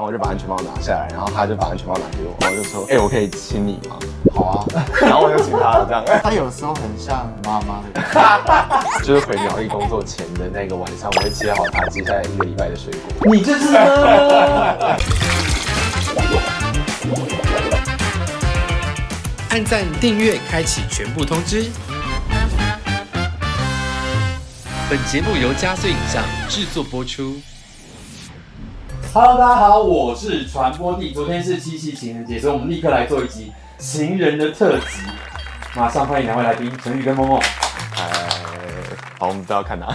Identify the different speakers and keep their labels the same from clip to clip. Speaker 1: 后我就把安全帽拿下来，然后他就把安全帽拿给我，然后我就说，哎、我可以亲你吗？好啊，然后我就亲他了，这样。
Speaker 2: 他有时候很像妈妈的感觉。
Speaker 1: 就是回苗栗工作前的那个晚上，我会切好他接下来一个礼拜的水果。
Speaker 3: 你就是呢。
Speaker 4: 按赞、订阅、开启全部通知。本节目由加速影像制作播出。
Speaker 3: Hello，大家好，我是传播帝。昨天是七夕情人节，所以我们立刻来做一集情人的特辑。马上欢迎两位来宾陈宇跟梦梦，
Speaker 1: 哎，好，我们不要 看他。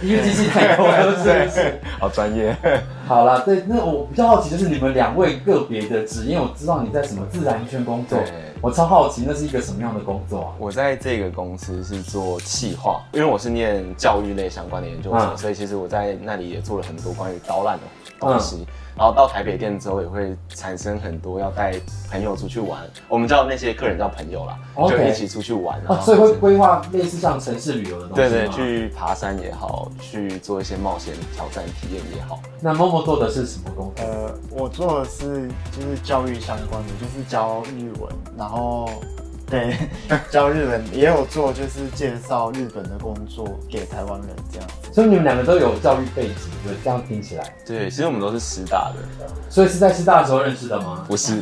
Speaker 3: 因为机器太多了，是不是？
Speaker 1: 好专业。
Speaker 3: 好啦，对，那我比较好奇就是你们两位个别的职业，因为我知道你在什么自然圈工作
Speaker 1: 对，
Speaker 3: 我超好奇那是一个什么样的工作啊？
Speaker 1: 我在这个公司是做企划，因为我是念教育类相关的研究所，
Speaker 3: 嗯
Speaker 1: 所以其实我在那里也做了很多关于导览的东西。然后到台北店之后，也会产生很多要带朋友出去玩，我们叫那些客人叫朋友啦
Speaker 3: OK
Speaker 1: 就一起出去玩。然
Speaker 3: 啊，
Speaker 1: 后
Speaker 3: 所以会规划类似像城市旅游的东西吗
Speaker 1: 对对，。去爬山也好，去做一些冒险挑战体验也好。
Speaker 3: 那梦梦做的是什么工作？
Speaker 2: 呃，我做的是就是教育相关的，就是教日文，然后 对教日文，也有做就是介绍日本的工作给台湾人这样子。
Speaker 3: 所以你们两个都有教育背景，对，这样听起来，
Speaker 1: 对，其实我们都是师大的，
Speaker 3: 所以是在师大的时候认识的吗？
Speaker 1: 不是。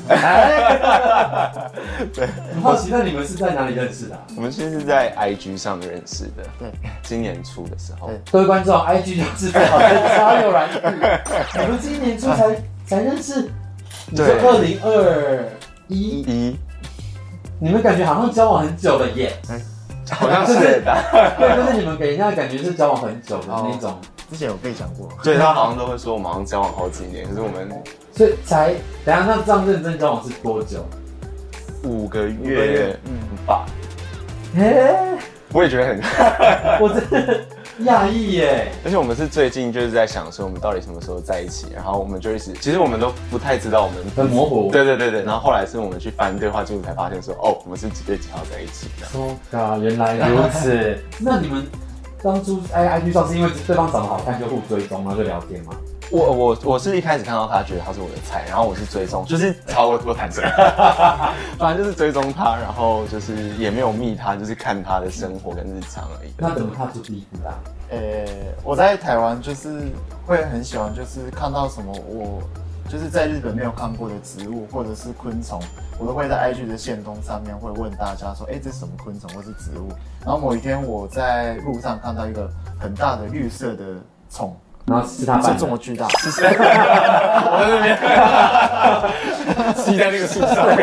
Speaker 3: 很好奇，那你们是在哪里认识的啊、
Speaker 1: 我们其实是在 IG 上认识的，
Speaker 2: 对，
Speaker 1: 今年初的时候
Speaker 2: 对。
Speaker 3: 各位观众，IG 就是最好的交友软体，你们今年初才才认识，你说
Speaker 1: 对
Speaker 3: 二零二一，
Speaker 1: 一
Speaker 3: 你们感觉好像交往很久了耶，
Speaker 1: 好像是的，
Speaker 3: 对，就是你们给人家的感觉是交往很久的那种，
Speaker 2: 之前有被讲过，
Speaker 1: 对他好像都会说我们好像交往好几年，可是我们
Speaker 3: 所以才等一下那这样认真交往是多久？
Speaker 1: 五个
Speaker 2: 五个
Speaker 1: 月
Speaker 2: 月，嗯，
Speaker 1: 吧，
Speaker 3: 哎，
Speaker 1: 我也觉得很，
Speaker 3: 我真的讶异耶，
Speaker 1: 而且我们是最近就是在想说我们到底什么时候在一起，然后我们就一直，其实我们都不太知道我们。
Speaker 3: 很模糊。
Speaker 1: 对对对对，然后后来是我们去翻对话记录才发现说，哦，我们是几月几号在一起的。
Speaker 3: 说啊，原来如此。那你们当初哎 IG 上是因为对方长得好看就互追踪，然后就聊天吗？
Speaker 1: 我我我是一开始看到他觉得他是我的菜，然后我是追踪，就是好我我坦诚， 反正就是追踪他，然后就是也没有密他，就是看他的生活跟日常而已。
Speaker 3: 那怎么踏出第一步啊啦？
Speaker 2: 呃，我在台湾就是会很喜欢，就是看到什么我就是在日本没有看过的植物或者是昆虫，我都会在 IG 的线动上面会问大家说，哎、这是什么昆虫或是植物？然后某一天我在路上看到一个很大的绿色的虫，
Speaker 3: 然后是他
Speaker 2: 这
Speaker 3: 扮
Speaker 2: 这么
Speaker 3: 的，
Speaker 2: 巨大，
Speaker 1: 我在那边吸在那个树上。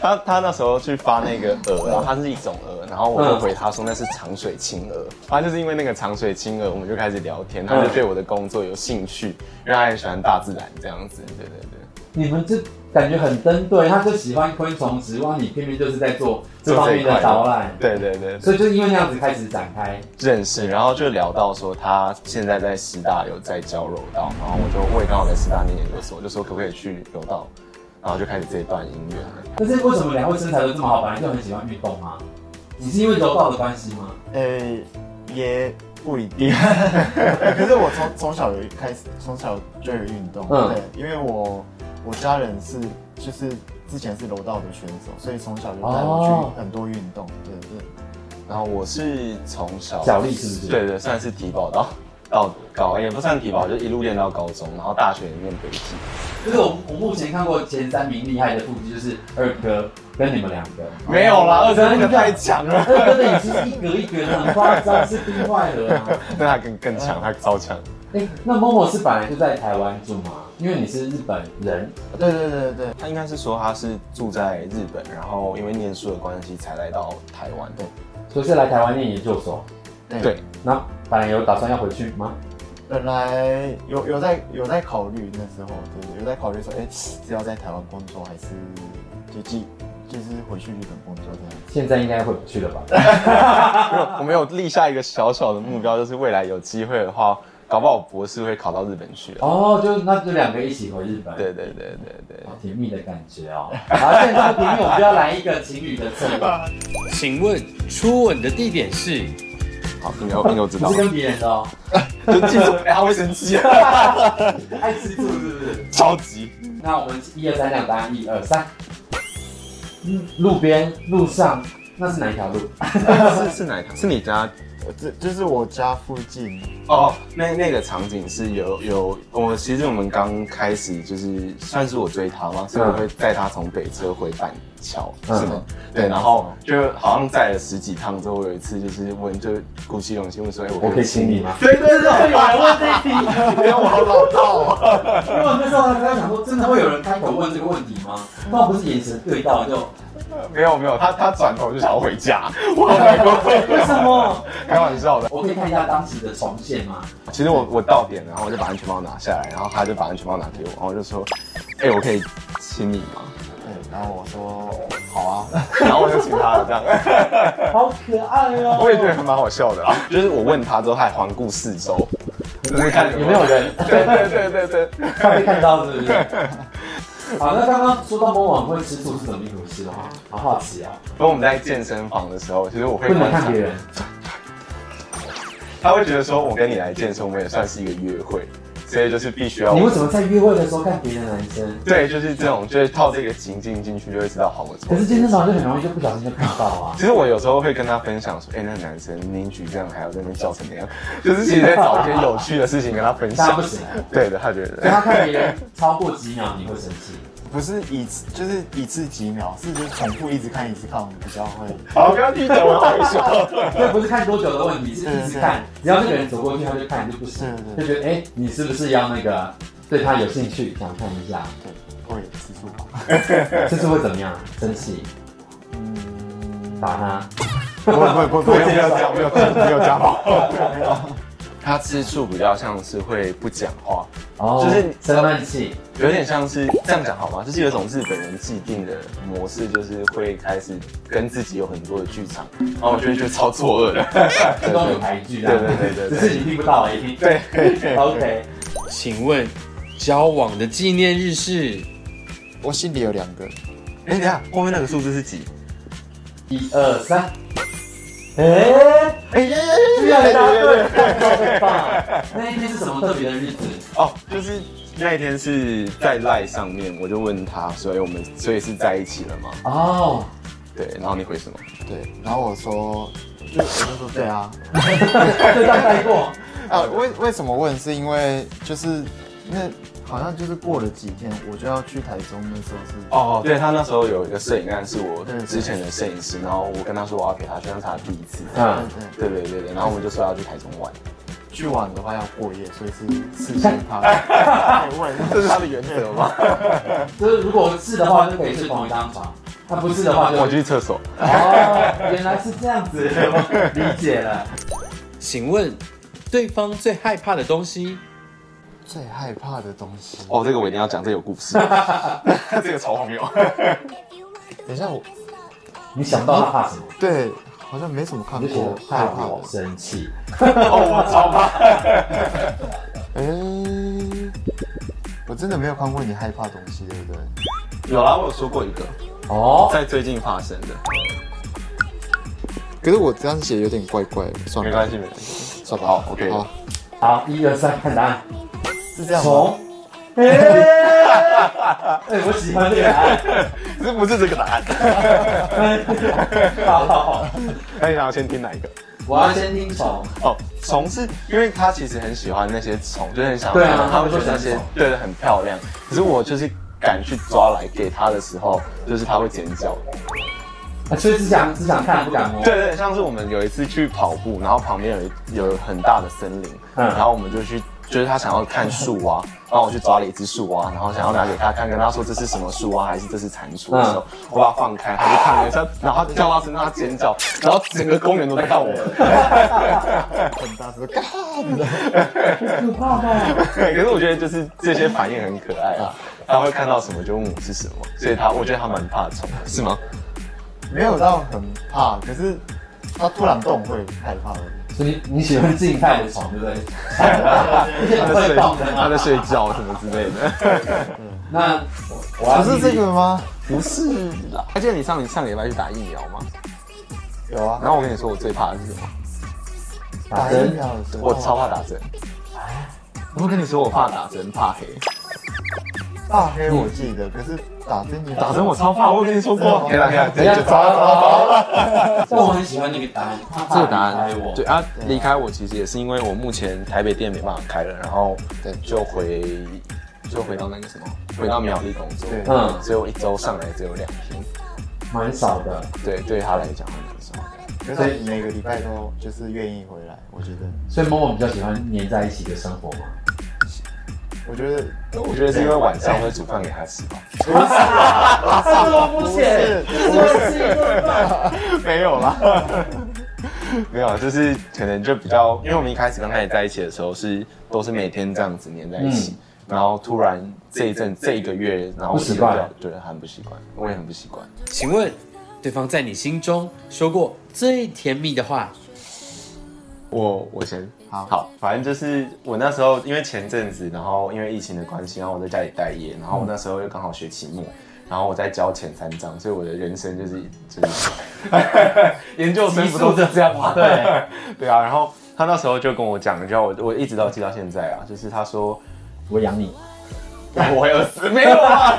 Speaker 1: 他他那时候去发那个鹅，然后它是一种鹅，然后我就回他说那是长水青鹅。反正就是因为那个长水青鹅，我们就开始聊天，他就对我的工作有兴趣，因为他很喜欢大自然这样子。对对对。
Speaker 3: 你们这感觉很登对，他就喜欢昆虫植物，啊你偏偏就是在做这方面的导览，
Speaker 1: 对对对，
Speaker 3: 所以就因为那样子开始展开。
Speaker 1: 认识，然后就聊到说他现在在师大有在教柔道，然后我就我也刚好在师大念研究所，我就说可不可以去柔道，然后就开始这一段音乐。
Speaker 3: 但是为什么两位身材都这么好，本来就很喜欢运动吗？你是因为柔道的关系吗？
Speaker 2: 呃，也不一定。可是我从从小有开始，从小就有运动。
Speaker 3: 嗯
Speaker 2: 对，因为我我家人是就是之前是柔道的选手，所以从小就带
Speaker 3: 哦
Speaker 2: 我去很多运动。对对。
Speaker 1: 然后我是从小
Speaker 3: 脚力是不是
Speaker 1: 对对，算是体保到到高，也不算体保，就一路练到高中，然后大学念北体。
Speaker 3: 就是我我目前看过前三名厉害的腹肌就是二哥跟你们两个，哦
Speaker 1: 没有啦，二
Speaker 3: 真的
Speaker 1: 哦三那个太强了，
Speaker 3: 二哥的也是一格一格的，很夸张，是冰块 了啊。
Speaker 1: 那他更更强，他超强。
Speaker 3: 哎、那 Momo 是本来就在台湾住吗？因为你是日本人，
Speaker 2: 对对对对
Speaker 1: 他应该是说他是住在日本，然后因为念书的关系才来到台湾。
Speaker 3: 所以是来台湾念研究所。
Speaker 2: 对
Speaker 1: 对
Speaker 3: 那本来有打算要回去吗？
Speaker 2: 本来有有在有在考虑那时候，对对，有在考虑说，哎、是要在台湾工作，还是就继就是回去日本工作这样。
Speaker 3: 现在应该回不去了吧？
Speaker 1: 没有我们有立下一个小小的目标，就是未来有机会的话，搞不好博士会考到日本去了。啊
Speaker 3: 哦，就那就两个一起回日本。。
Speaker 1: 对对对对对，
Speaker 3: 好甜蜜的感觉哦！好，现在这个甜蜜，我们就要来一个情侣的测 验，
Speaker 4: 请问初吻的地点是？
Speaker 1: 好，应该应该都知道
Speaker 3: 不是。跟别人的哦，
Speaker 1: 就记住哎他会生气啊，
Speaker 3: 爱吃醋是不 是？
Speaker 1: 超级。
Speaker 3: 那我们一二三这样答案，一二三。嗯路边、路上，那是哪一条路？
Speaker 1: 是是哪一堂？是你家
Speaker 2: 我呃这就是我家附近，
Speaker 1: 哦，那那个场景是有有，我其实我们刚开始就是算是我追他嘛，所以我会带他从北车回板桥，
Speaker 3: 嗯
Speaker 1: 是吗？对，然后就好像载了十几趟之后，有一次就是问，就鼓起勇气问说，哎、我
Speaker 3: 我可以亲你吗？
Speaker 1: 对对对，
Speaker 3: 有人问这一题，
Speaker 2: 因为我好老套啊。
Speaker 3: 因为我那时候还在想说，真的会有人开口问这个问题吗？那不是眼神对到 就
Speaker 1: 没有没有，他他转头就想要回家， 我好难过，
Speaker 3: 为什么？
Speaker 1: 开玩笑的。
Speaker 3: 我可以看一下当时的重现 吗？
Speaker 1: 其实我我到点了，然后我就把安全帽拿下来，然后他就把安全帽拿给我，然后我就说，哎、我可以亲你吗？
Speaker 2: 对，然后我说好啊，
Speaker 1: 然后我就亲他了，这 样。
Speaker 3: 好可爱哦、
Speaker 1: 我也觉得还蛮好笑的啊，就是我问他之后，他还环顾四周，就是看
Speaker 3: 有没有。人
Speaker 1: 对对对对对，
Speaker 3: 被看到，是不是？ 好，那刚刚说到某网会吃醋是怎么一回事啊？好好奇啊！
Speaker 1: 所以我们在健身房的时候，其实我会
Speaker 3: 不能
Speaker 1: 观察
Speaker 3: 看别人，
Speaker 1: 他会觉得说我跟你来健身，我们也算是一个约会，所以就是必须要
Speaker 3: 你。为什么在约会的时候看别人的哎男生？
Speaker 1: 对，就是这种，就是套这个情境进去，就会知道好不错
Speaker 3: 可。是健身房就很容易就不小心就看到啊。
Speaker 1: 其实我有时候会跟他分享说，哎、那个男生凝聚这样，还要在那边笑成那样，就是其实在找一些有趣的事情跟他分
Speaker 3: 大家
Speaker 1: 享
Speaker 3: 不。行，
Speaker 1: 对的，他觉
Speaker 3: 等他
Speaker 1: 得。
Speaker 3: 看别人超过几秒，你会生气。
Speaker 2: 不是一次，就是一次几秒，是就是重复一直看一直看，我们比较会。
Speaker 1: 好，不要去讲，我好笑。
Speaker 3: 这不是看多久的问题，是一
Speaker 1: 嗯
Speaker 3: 直看，只要那个人走过去，他就看，就不行，
Speaker 2: 对
Speaker 3: 就
Speaker 2: 对
Speaker 3: 觉得哎、你是不是要那个对他有兴趣，想看一下，
Speaker 2: 对，会吃醋吧。
Speaker 1: 嗯
Speaker 3: 这次会怎么样？生气，
Speaker 1: 嗯
Speaker 3: 打他。
Speaker 2: 不会不会不
Speaker 1: 没有没有
Speaker 2: 会，
Speaker 1: 家没有没有家暴。他吃醋比较像是会不讲话，
Speaker 3: 哦，
Speaker 1: 就是
Speaker 3: 生闷气，
Speaker 1: 有点像是这样讲好吗？就是有一种日本人既定的模式，就是会开始跟自己有很多的剧场，然后我就会觉得超错愕 的。
Speaker 3: 这都有排剧啊，
Speaker 1: 对对对对对
Speaker 3: 只是你听不到而已。
Speaker 1: 对，
Speaker 3: OK，
Speaker 4: 请问，交往的纪念日是？
Speaker 2: 我心里有两个，
Speaker 1: 哎、等一下后面那个数字是几？
Speaker 3: 一二三，哎，
Speaker 1: 哎、呀
Speaker 3: 居然答对，太棒！那一天是什么特别的日子？
Speaker 1: 哦，就是那一天是在赖上面，我就问他，所以我们所以是在一起了吗？
Speaker 3: 哦，
Speaker 1: 对，然后你回什么？
Speaker 2: 对，然后我说，就我就说对啊，
Speaker 3: 就大概过，
Speaker 2: 啊，为为什么问？是因为就是那好像就是过了几天，我就要去台中，那时候是
Speaker 1: 哦，对他那时候有一个摄影案是我之前的摄影师，然后我跟他说我要给他，就像是他第一次。
Speaker 3: 嗯，
Speaker 2: 对对
Speaker 1: 对对对对，然后我们就说要去台中玩，
Speaker 2: 去晚的话要过夜，所以是事先他太问，
Speaker 1: 这是他的原则吗？
Speaker 3: 就是如果是的话，就可以睡同一张床；那不是的 话 就，
Speaker 1: 我去厕所。
Speaker 3: 哦，原来是这样 子，理解了。
Speaker 4: 请问，对方最害怕的东西？
Speaker 2: 最害怕的东西。
Speaker 1: 哦，这个我一定要讲，这有故事。 哦这个超荒 谬。
Speaker 2: 等一下我，
Speaker 3: 你想到他怕什么？
Speaker 2: 对，好像没什么看
Speaker 3: 你就写
Speaker 2: 过
Speaker 3: 得怕
Speaker 2: 害怕
Speaker 3: 我
Speaker 2: 的。
Speaker 3: 生气，
Speaker 1: 哦，我超怕。
Speaker 2: 哎、我真的没有看过你害怕的东西，对不对？
Speaker 1: 有啦，我有说过一个，
Speaker 3: 哦，
Speaker 1: 在最近发生的。
Speaker 2: 可是我这样写有点怪怪，算
Speaker 1: 没
Speaker 2: 了，
Speaker 1: 关系，没关系。
Speaker 2: 算了，
Speaker 1: 好，OK
Speaker 2: 好，
Speaker 3: 好，一二三，看答案。
Speaker 2: 是这 样吗？
Speaker 3: 从，哎，哎我喜欢这个答案。
Speaker 1: 这不是这个答 案。
Speaker 3: 好好好，
Speaker 1: 那你想要先听哪一个？
Speaker 3: 我要先听从。
Speaker 1: 哦，虫是因为他其实很喜欢那些虫，就是很想
Speaker 3: 对啊
Speaker 1: 他会觉得那些对的很漂亮。可是我就是敢去抓来给他的时候，就是他会尖叫。
Speaker 3: 啊，所以只想只想看不敢摸。
Speaker 1: 对对，像是我们有一次去跑步，然后旁边有一有很大的森林，
Speaker 3: 嗯
Speaker 1: 然后我们就去，就是他想要看树蛙，然后我去抓了一只树啊蛙，然后想要拿给他看，跟他说这是什么树啊蛙，还是这是蟾蜍的时
Speaker 3: 嗯
Speaker 1: 候，我把它放开，他就看了一下，然后他叫他身上，他尖叫，然后整个公园都在看 我们。
Speaker 2: 很大声，干
Speaker 3: 可怕吧？
Speaker 1: 可是我觉得就是这些反应很可爱啊，他会看到什么就问我是什么，所以他我觉得他蛮怕虫的，是吗？
Speaker 2: 没有到很怕，可是它突然动会害怕的。
Speaker 3: 所以你你喜欢静态的床，对不对？而且
Speaker 1: 他
Speaker 3: 不
Speaker 1: 在
Speaker 3: 会
Speaker 1: 睡，
Speaker 3: 动的
Speaker 1: 他在
Speaker 3: 嘛。
Speaker 1: 睡觉什么之类的。
Speaker 3: 那我要
Speaker 2: 不是这个吗？
Speaker 1: 不是啦，还记啊得你上上礼拜去打疫苗吗？
Speaker 2: 有啊，
Speaker 1: 然后我跟你说，我最怕的是什么？
Speaker 2: 打疫苗的时候，
Speaker 1: 我超怕打针。哎我不跟你说，我怕打针，怕黑。
Speaker 2: 大黑我记得，可是打针也
Speaker 1: 打针我超怕，嗯我跟你说过。啊
Speaker 2: 真的吗
Speaker 1: 以以
Speaker 3: 等一下
Speaker 1: 就走了走了走了
Speaker 3: 但我很喜欢那个答案，他
Speaker 1: 这
Speaker 3: 怕
Speaker 1: 个答案
Speaker 3: 离开我，
Speaker 1: 对啊，离开我其实也是因为我目前台北店没办法开了，然后
Speaker 2: 对
Speaker 1: 就回就回到那个什么，回到苗栗工作，
Speaker 2: 对
Speaker 3: 嗯
Speaker 1: 所以我一周上来只有两天，
Speaker 3: 蛮少的。
Speaker 1: 对，对他来讲很难受。
Speaker 2: 可是每个礼拜都就是愿意回来，我觉得，
Speaker 3: 所以某某比较喜欢黏在一起的生活嘛。
Speaker 2: 我觉得
Speaker 1: 我觉得是因为晚上会煮饭给他吃吧，
Speaker 3: 这么肤
Speaker 2: 浅
Speaker 3: 哦是一顿饭。
Speaker 1: 没有啦，没有，就是可能就比较，因为我们一开始刚开始在一起的时候是都是每天这样子黏在一起，然后突然这一阵这一个月，然后
Speaker 3: 嗯不习惯
Speaker 1: 我就对，很不习惯，我也很不习惯。
Speaker 4: 请问，对方在你心中说过最甜蜜的话
Speaker 1: 我我先
Speaker 2: 好
Speaker 1: 好，反正就是我那时候，因为前阵子，然后因为疫情的关系，然后我在家里待业，然后我那时候又刚好学期末，然后我在交前三章，所以我的人生就是就是研究生不都是这样吗？ 对对啊，然后他那时候就跟我讲，就我我一直到记到现在啊，就是他说
Speaker 3: 我养你，
Speaker 1: 我会饿死， 没有啊，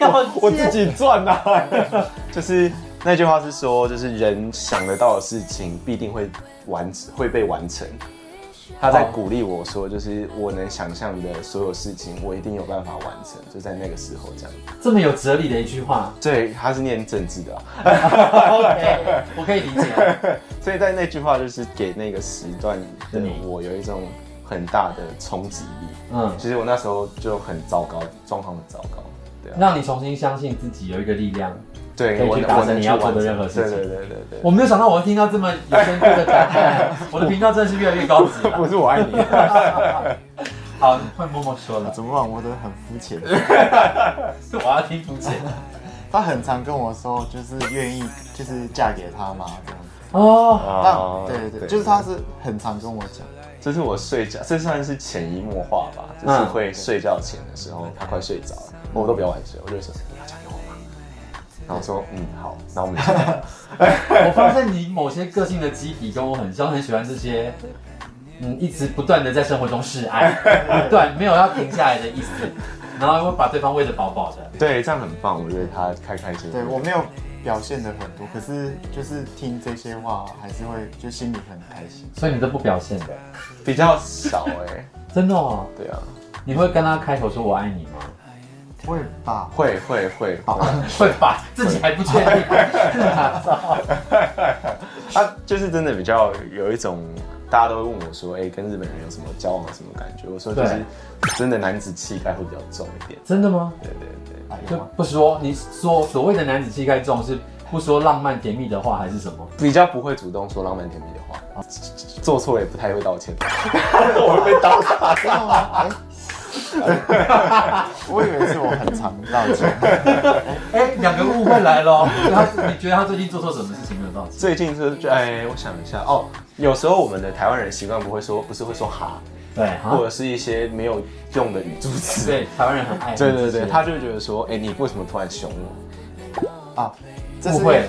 Speaker 1: 我我自己赚呐、 就是那句话是说，就是人想得到的事情必定会完会被完成。他在鼓励我说，就是我能想象的所有事情，我一定有办法完成。就在那个时候这样。
Speaker 3: 这么有哲理的一句话。
Speaker 1: 对，他是念政治的、啊，
Speaker 3: OK，我可以理解。
Speaker 1: 所以在那句话就是给那个时段的我有一种很大的冲击力。
Speaker 3: 嗯，
Speaker 1: 其实我那时候就很糟糕，状况很糟糕。对啊，
Speaker 3: 让你重新相信自己有一个力量。可
Speaker 1: 对
Speaker 3: 以
Speaker 1: 我
Speaker 3: 去
Speaker 1: 能
Speaker 3: 达
Speaker 1: 我
Speaker 3: 成
Speaker 1: 能
Speaker 3: 你
Speaker 1: 去
Speaker 3: 要做的
Speaker 1: 完成
Speaker 3: 任何事情
Speaker 1: 对对对对对。
Speaker 3: 我没有想到我会听到这么有深度的答案， 我的频道真的是越来越高级了。
Speaker 1: 不是我爱你。
Speaker 3: 好，换默默说了，
Speaker 2: 怎么办？我都很肤浅。
Speaker 3: 是我要听福姐。
Speaker 2: 他很常跟我说，就是愿意，就是嫁给他嘛这样子。
Speaker 3: 哦，
Speaker 2: 啊， 对对对，就是他
Speaker 1: 对，
Speaker 2: 是很常跟我讲，
Speaker 1: 这是我睡觉，这算是潜移默化吧，就是
Speaker 3: 嗯
Speaker 1: 会睡觉前的时候，他快睡着了，我都不要晚睡，我就说你要嫁给我吗？然后说嗯好，然后我们就
Speaker 3: 我发现你某些个性的基底跟我很像，我很喜欢这些。嗯，一直不断的在生活中示 爱，不断没有要停下来的意思，然后会把对方喂得饱饱的。
Speaker 1: 对，这样很棒，我觉得他开开心心。
Speaker 2: 对我没有表现的很多，可是就是听这些话还是会就心里很开心。
Speaker 3: 所以你都不表现的，
Speaker 1: 比较少哎，
Speaker 3: 真的哦？
Speaker 1: 对啊，
Speaker 3: 你会跟他开口说我爱你吗？
Speaker 2: 会吧？
Speaker 1: 会会会会。
Speaker 3: 会吧，自己还不确定。
Speaker 1: 他就是真的比较有一种，大家都会问我说，哎、跟日本人有什么交往有什么感觉？我说就是真的男子气概会比较重一点。
Speaker 3: 真的吗？
Speaker 1: 对对对，
Speaker 2: 哎
Speaker 3: 就
Speaker 2: 呦，
Speaker 3: 不说，你说所谓的男子气概重是不说浪漫甜蜜的话，还是什么？
Speaker 1: 比较不会主动说浪漫甜蜜的话，做错了也不太会道歉， 我会被打卡。
Speaker 2: 真的吗？哎，我以为是我很常道歉，
Speaker 3: 哎，两个误会来了。 他你觉得他最近做错什么事情没有道歉？
Speaker 1: 最近就是就哎，我想一下哦，有时候我们的台湾人习惯不会说，不是会说哈，
Speaker 3: 对，
Speaker 1: 或
Speaker 3: 哈，
Speaker 1: 者是一些没有用的语助词。
Speaker 3: 对，台湾人很爱。
Speaker 1: 对对对，他就会觉得说，哎、你为什么突然凶我？
Speaker 2: 啊，这是
Speaker 3: 误会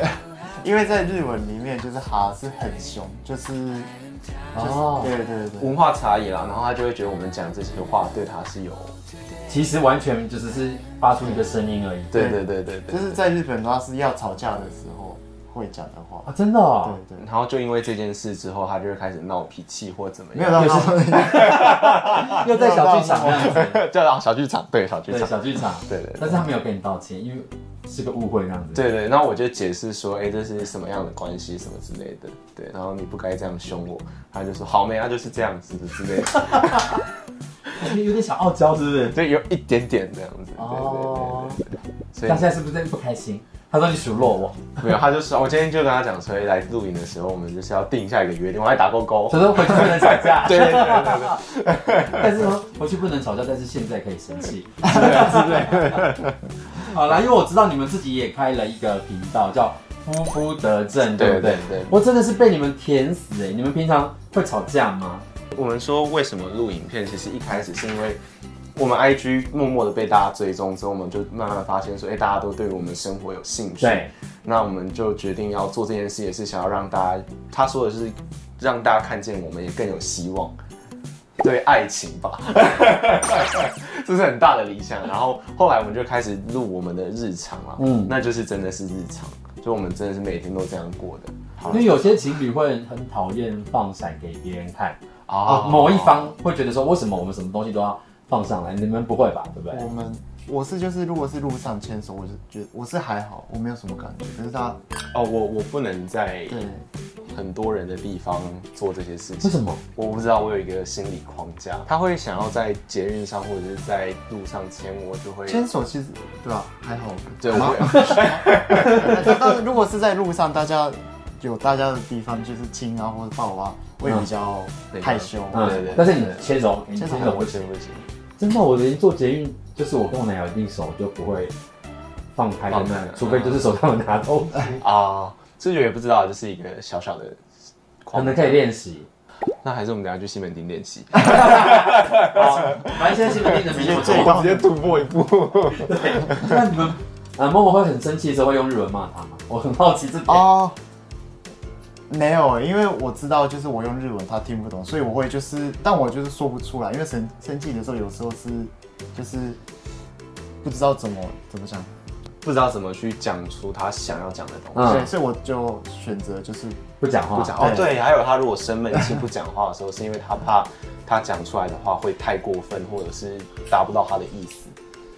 Speaker 2: 因为在日文里面就是哈是很凶，就是
Speaker 3: 哦，
Speaker 2: 对对对，
Speaker 1: 文化差异啦，然后他就会觉得我们讲这些话对他是有，
Speaker 3: 其实完全就只是发出一个声音而已。
Speaker 1: 对对对对对。
Speaker 2: 就是在日本的话是要吵架的时候会讲的话，
Speaker 3: 啊，真的哦
Speaker 2: 对。对，
Speaker 1: 然后就因为这件事之后，他就会开始闹脾气或怎么
Speaker 2: 没有
Speaker 1: 样，
Speaker 2: 到他
Speaker 3: 又在小剧场那 样子。
Speaker 1: 就让小剧场，对小剧
Speaker 3: 对，
Speaker 1: 场，
Speaker 3: 小剧场。
Speaker 1: 对对对
Speaker 3: 但是他没有跟你道歉，因为是个误会这样子。
Speaker 1: 对对，然后我就解释说，哎、这是什么样的关系，什么之类的，对，然后你不该这样凶我，他就说好没，他就是这样子的之类 的，
Speaker 3: 对，有点小傲娇，是不是？
Speaker 1: 就有一点点这样子，
Speaker 3: 哦
Speaker 1: 对对对对对，所
Speaker 3: 他现
Speaker 1: 以
Speaker 3: 在是不是不开心？他说你数落我，
Speaker 1: 没有，他就说，我今天就跟他讲说，哎来录影的时候，我们就是要定下一个约定，我还打勾勾，
Speaker 3: 他说回去不能吵架。
Speaker 1: 对对对对对，
Speaker 3: 但是呢， 回去不能吵架，但是现在可以生气，是不是？ 好啦，因为我知道你们自己也开了一个频道叫“夫夫得正”，对不对？
Speaker 1: 对对对
Speaker 3: 我真的是被你们甜死哎、你们平常会吵架吗？
Speaker 1: 我们说为什么录影片，其实一开始是因为我们 IG 默默的被大家追踪之后，我们就慢慢地发现说，哎、大家都对我们生活有兴趣。，那我们就决定要做这件事，也是想要让大家，他说的是让大家看见我们，也更有希望。对爱情吧， 这是很大的理想。然后后来我们就开始录我们的日常了，嗯
Speaker 3: 嗯，
Speaker 1: 那就是真的是日常，就我们真的是每天都这样过的。好
Speaker 3: 因为有些情侣会很讨厌放闪给别人看
Speaker 1: 啊
Speaker 3: 啊，某一方会觉得说，为什么我们什么东西都要放上来？你们不会吧？对不对
Speaker 2: 我？们我是就是如果是路上牵手，我就觉得我是还好，我没有什么感觉。可是他
Speaker 1: 哦，我我不能在
Speaker 2: 对
Speaker 1: 很多人的地方做这些事情
Speaker 3: 为。什么？
Speaker 1: 我不知道，我有一个心理框架，他会想要在捷运上或者是在路上牵我，就会
Speaker 2: 牵手其实对吧、还好。
Speaker 1: 对我会
Speaker 2: 但是如果是在路上，大家有大家的地方，就是亲啊或者抱啊，会比较害羞。
Speaker 1: 嗯对对对
Speaker 3: 但是你牵手，哎你牵
Speaker 2: 牵手
Speaker 3: 手
Speaker 1: 不
Speaker 3: 会
Speaker 1: 行不行，
Speaker 3: 真的，我连做捷运，就是我跟我男友一定手就不会放开的
Speaker 1: 放开
Speaker 3: 那，除非就是手上有拿东西，
Speaker 1: 啊，这个也不知道，就是一个小小的
Speaker 3: 可
Speaker 1: 框
Speaker 3: 能
Speaker 1: 架。
Speaker 3: 可以练习。
Speaker 1: 那还是我们等一下去西门町练习，
Speaker 3: 好，反正现在新闻定的没什么
Speaker 2: 直接
Speaker 3: 多。
Speaker 1: 我直接突破一步。
Speaker 3: 那你们，呃，默默会很生气的时候会用日文骂他吗？我很好奇这点。
Speaker 2: 哦，没有，因为我知道，就是我用日文他听不懂，所以我会就是，但我就是说不出来，因为生生气的时候，有时候是就是不知道怎么怎么讲，
Speaker 1: 不知道怎么去讲出他想要讲的东西。
Speaker 3: 嗯
Speaker 2: 对，所以我就选择就是
Speaker 3: 不讲话，
Speaker 1: 不讲哦，
Speaker 2: 对
Speaker 1: 对，还有他如果生闷气不讲话的时候，是因为他怕 他讲出来的话会太过分，或者是达不到他的意思，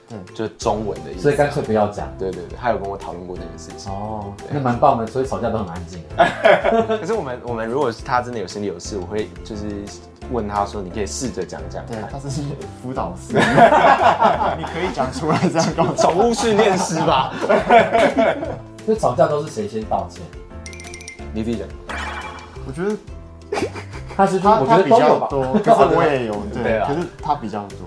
Speaker 2: 对
Speaker 1: 就是中文的意思。
Speaker 3: 嗯
Speaker 1: 啊
Speaker 3: 所以干脆不要讲。
Speaker 1: 对对对，他有跟我讨论过这件事情。
Speaker 3: 哦，那蛮棒的，所以吵架都很安静。
Speaker 1: 可是我们我们如果是他真的有心里有事，我会就是问他说，你可以试着讲讲
Speaker 2: 对，
Speaker 1: 看。
Speaker 2: 他是 辅导 师，你可以讲出来这样跟我
Speaker 1: 宠物训练师吧，
Speaker 3: 就吵架都是谁先道歉？
Speaker 1: 你自己讲。
Speaker 2: 我觉得
Speaker 3: 他是
Speaker 2: 他
Speaker 3: 我觉
Speaker 2: 他
Speaker 3: 得
Speaker 2: 比
Speaker 3: 都有
Speaker 2: 较
Speaker 3: 吧。
Speaker 2: 多，可是我也有
Speaker 1: 对
Speaker 2: 对，
Speaker 1: 啊
Speaker 2: 可是他比较多。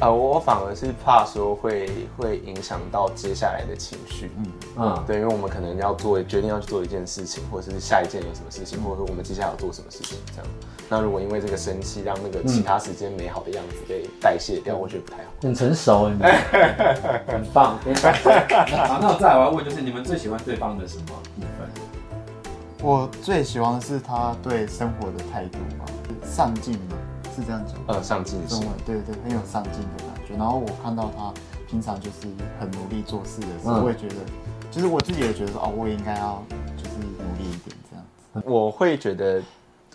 Speaker 1: 啊、我我反而是怕说会会影响到接下来的情绪，
Speaker 3: 嗯，
Speaker 1: 对，因为我们可能要做决定要去做一件事情，或者是下一件有什么事情，或者说我们接下来要做什么事情这样。那如果因为这个生气，让那个其他时间美好的样子被代谢掉，我觉得不太好。
Speaker 3: 很成熟，欸你很棒。给你拍手好，那我再来我要问，就是你们最喜欢对方的什么部分？
Speaker 2: 我最喜欢的是他对生活的态度嘛，上进嘛，是这样讲。
Speaker 1: 呃，上进
Speaker 2: 中
Speaker 1: 心
Speaker 2: 文，对对，很有上进的感觉。然后我看到他平常就是很努力做事的时候，
Speaker 3: 嗯
Speaker 2: 我也觉得，就是我自己也觉得说，哦，我也应该要就是努力一点这样子。
Speaker 1: 我会觉得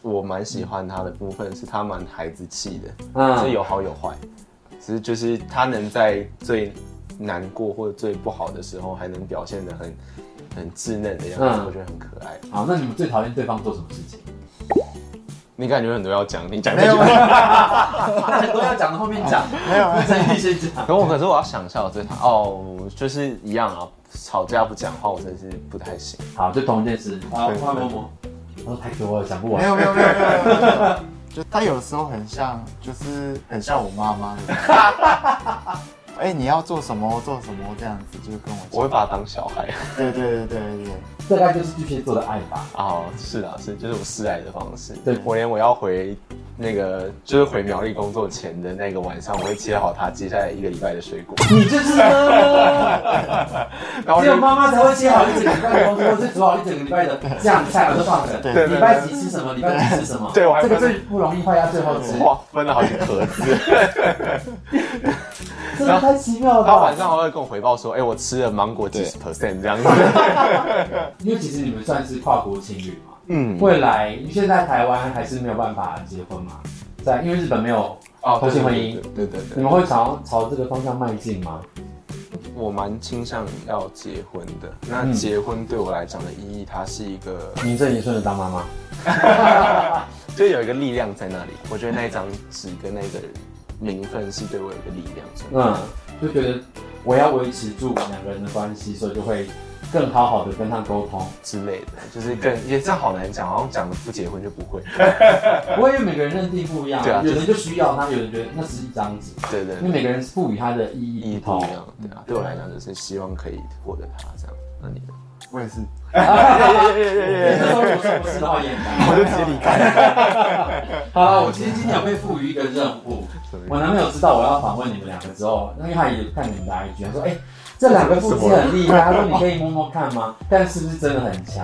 Speaker 1: 我蛮喜欢他的部分是他蛮孩子气的，
Speaker 3: 嗯
Speaker 1: 是有好有坏，只是就是他能在最难过或者最不好的时候，还能表现的很很稚嫩的样子，
Speaker 3: 嗯
Speaker 1: 我觉得很可爱。
Speaker 3: 好，那你们最讨厌对方做什么事情？
Speaker 1: 你感觉很多要讲，你讲这
Speaker 2: 没
Speaker 1: 句
Speaker 2: 有，
Speaker 1: 话。
Speaker 3: 很多要讲的后面讲，没有，陈毅先讲。
Speaker 1: 可我可是我要想一下我最他哦，就是一样啊，吵架不讲话，我真的是不太行。
Speaker 3: 好，就同一件事。好，
Speaker 1: 对
Speaker 3: 换默默。我说太多了，讲不
Speaker 2: 没
Speaker 3: 完。
Speaker 2: 有没有没有没有没有没有，就他有时候很像，就是很像我妈妈的感 觉。哎、你要做什么做什么这样子，就是跟我
Speaker 1: 我
Speaker 2: 讲。
Speaker 1: 会把他当小孩
Speaker 2: 对对对对对，
Speaker 3: 大概就是巨蟹座的爱吧。
Speaker 1: 啊、是啊，是就是我示爱的方式。
Speaker 3: 对
Speaker 1: 我连我要回那个就是回苗栗工作前的那个晚上，我会切好他接下来一个礼拜的水 果，
Speaker 3: 你就是呢，
Speaker 1: 然后
Speaker 3: 只
Speaker 1: 就
Speaker 3: 有妈妈才会切好一整个礼拜的东西，或是煮好一整个礼拜的酱菜，我都放着。
Speaker 2: 对
Speaker 1: 对对对
Speaker 3: 礼拜几吃什么，礼拜几吃什么。
Speaker 1: 对我还
Speaker 3: 这个最不容易坏，要最后吃。
Speaker 1: 哇分了好几盒 子。
Speaker 3: 真的太奇妙了
Speaker 1: 他晚
Speaker 3: 吧。
Speaker 1: 上还会跟我回报说，哎、我吃了芒果几十 percent 这样子。
Speaker 3: 因为其实你们算是跨国情侣嘛，
Speaker 1: 嗯，
Speaker 3: 未来因为现在台湾还是没有办法结婚嘛，在因为日本没有，
Speaker 1: 哦
Speaker 3: 同性婚姻
Speaker 1: 对对对
Speaker 3: 你
Speaker 1: 对，
Speaker 3: 们会朝朝这个方向迈进吗？
Speaker 1: 我蛮倾向要结婚的。那
Speaker 3: 嗯
Speaker 1: 结婚对我来讲的意义，它是一个
Speaker 3: 名正言顺的当妈妈。
Speaker 1: 就有一个力量在那里。我觉得那一张纸跟那个名分是对我有一个力量存在。
Speaker 3: 嗯，就觉得我要维持住两个人的关系，所以就会更好好的跟他沟 通。
Speaker 1: 之类的，就是更也这样好难讲，好像讲不结婚就不会。
Speaker 3: 不会因为每个人认定不一样，
Speaker 1: 对啊
Speaker 3: 有人就需要他，有人觉得那只是一张纸，
Speaker 1: 对对
Speaker 3: 因
Speaker 1: 对，
Speaker 3: 为每个人赋予它的意
Speaker 1: 意
Speaker 3: 义
Speaker 1: 义
Speaker 3: 不
Speaker 1: 不
Speaker 3: 同
Speaker 1: 一。样，对啊。对我来讲就是希望可以获得他这样。那你呢？
Speaker 2: 我也是。
Speaker 1: 哎
Speaker 3: 那时候我说不是好演的。
Speaker 1: 我就直接离开。
Speaker 3: 好了，我其实今天有被赋予一个任务，我男朋友知道我要访问你们两个之后，因为他也看你们的 IG，他说：“哎、这两个腹肌很厉害。”他说：“你 可以摸摸看吗？”但是不是真的很强？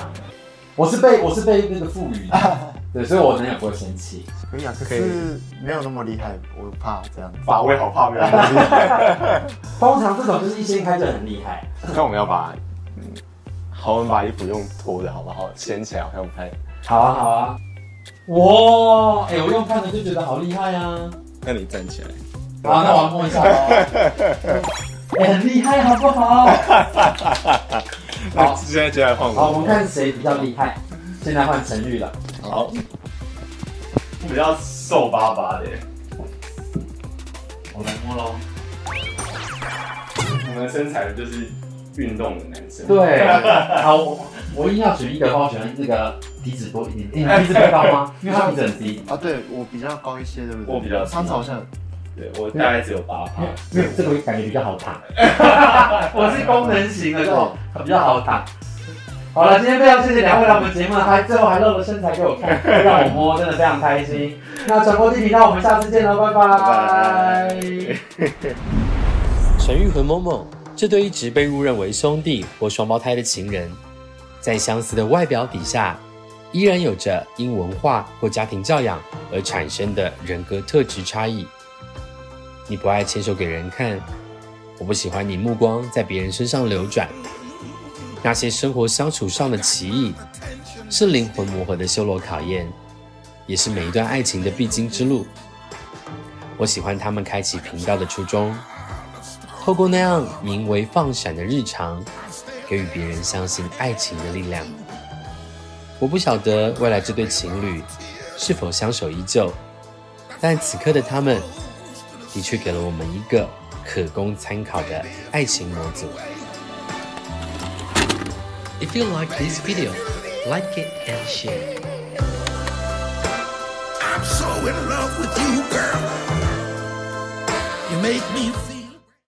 Speaker 3: 我是被我是被那个赋予的，对，所以我真的也不会生气。
Speaker 2: 可以啊，可
Speaker 1: 可以
Speaker 2: 是没有那么厉害，我怕这样子。
Speaker 1: 把位好怕，没有关系。
Speaker 3: 通常这种就是一掀开就很厉害，
Speaker 1: 那我们要把，嗯好，我们把衣服用脱的好不好？掀起来好像不太。
Speaker 3: 好啊，好啊。哇，哎、我用看的就觉得好厉害啊！
Speaker 1: 那你站起来。
Speaker 3: 好，那我要摸一下哦。 哎、很厉害，好不好？
Speaker 1: 好，现在接下来换
Speaker 3: 好，
Speaker 1: 我。
Speaker 3: 我们看谁比较厉害。现在换陈玉了，
Speaker 1: 好，
Speaker 5: 比较瘦巴巴的耶，
Speaker 3: 我来摸喽。
Speaker 5: 我们身材就是运动的男生。
Speaker 3: 对， 好，我我硬要选一个的话，我选那个鼻子多一点点。哎、你鼻子高吗？ 因为他鼻子很低。
Speaker 2: 啊，对我比较高一些，对不对？
Speaker 5: 我比较低
Speaker 2: 上次好像
Speaker 5: 对，我大概只有八趴。
Speaker 3: 因为这个感觉比较好躺， 我是功能型 的，就比较好躺。好了，今天非常谢谢两位来我们节目，还最后还露了身材给我 看，让我摸，真的非常开心。那传播地频道，我们下次见喽，拜拜。
Speaker 4: 陈玉和某某这对一直被误认为兄弟或双胞胎的情人，在相似的外表底下，依然有着因文化或家庭教养而产生的人格特质差异。你不爱牵手给人看，我不喜欢你目光在别人身上流转。那些生活相处上的歧义，是灵魂磨合的修罗考验，也是每一段爱情的必经之路。我喜欢他们开启频道的初衷。透过那样名为放闪的日常，给予别人相信爱情的力量。我不晓得未来这对情侣是否相守依旧，但此刻的他们的确给了我们一个可供参考的爱情模组。If you like this video, like it and share.
Speaker 6: I'm so in love with you, girl. You make me feel.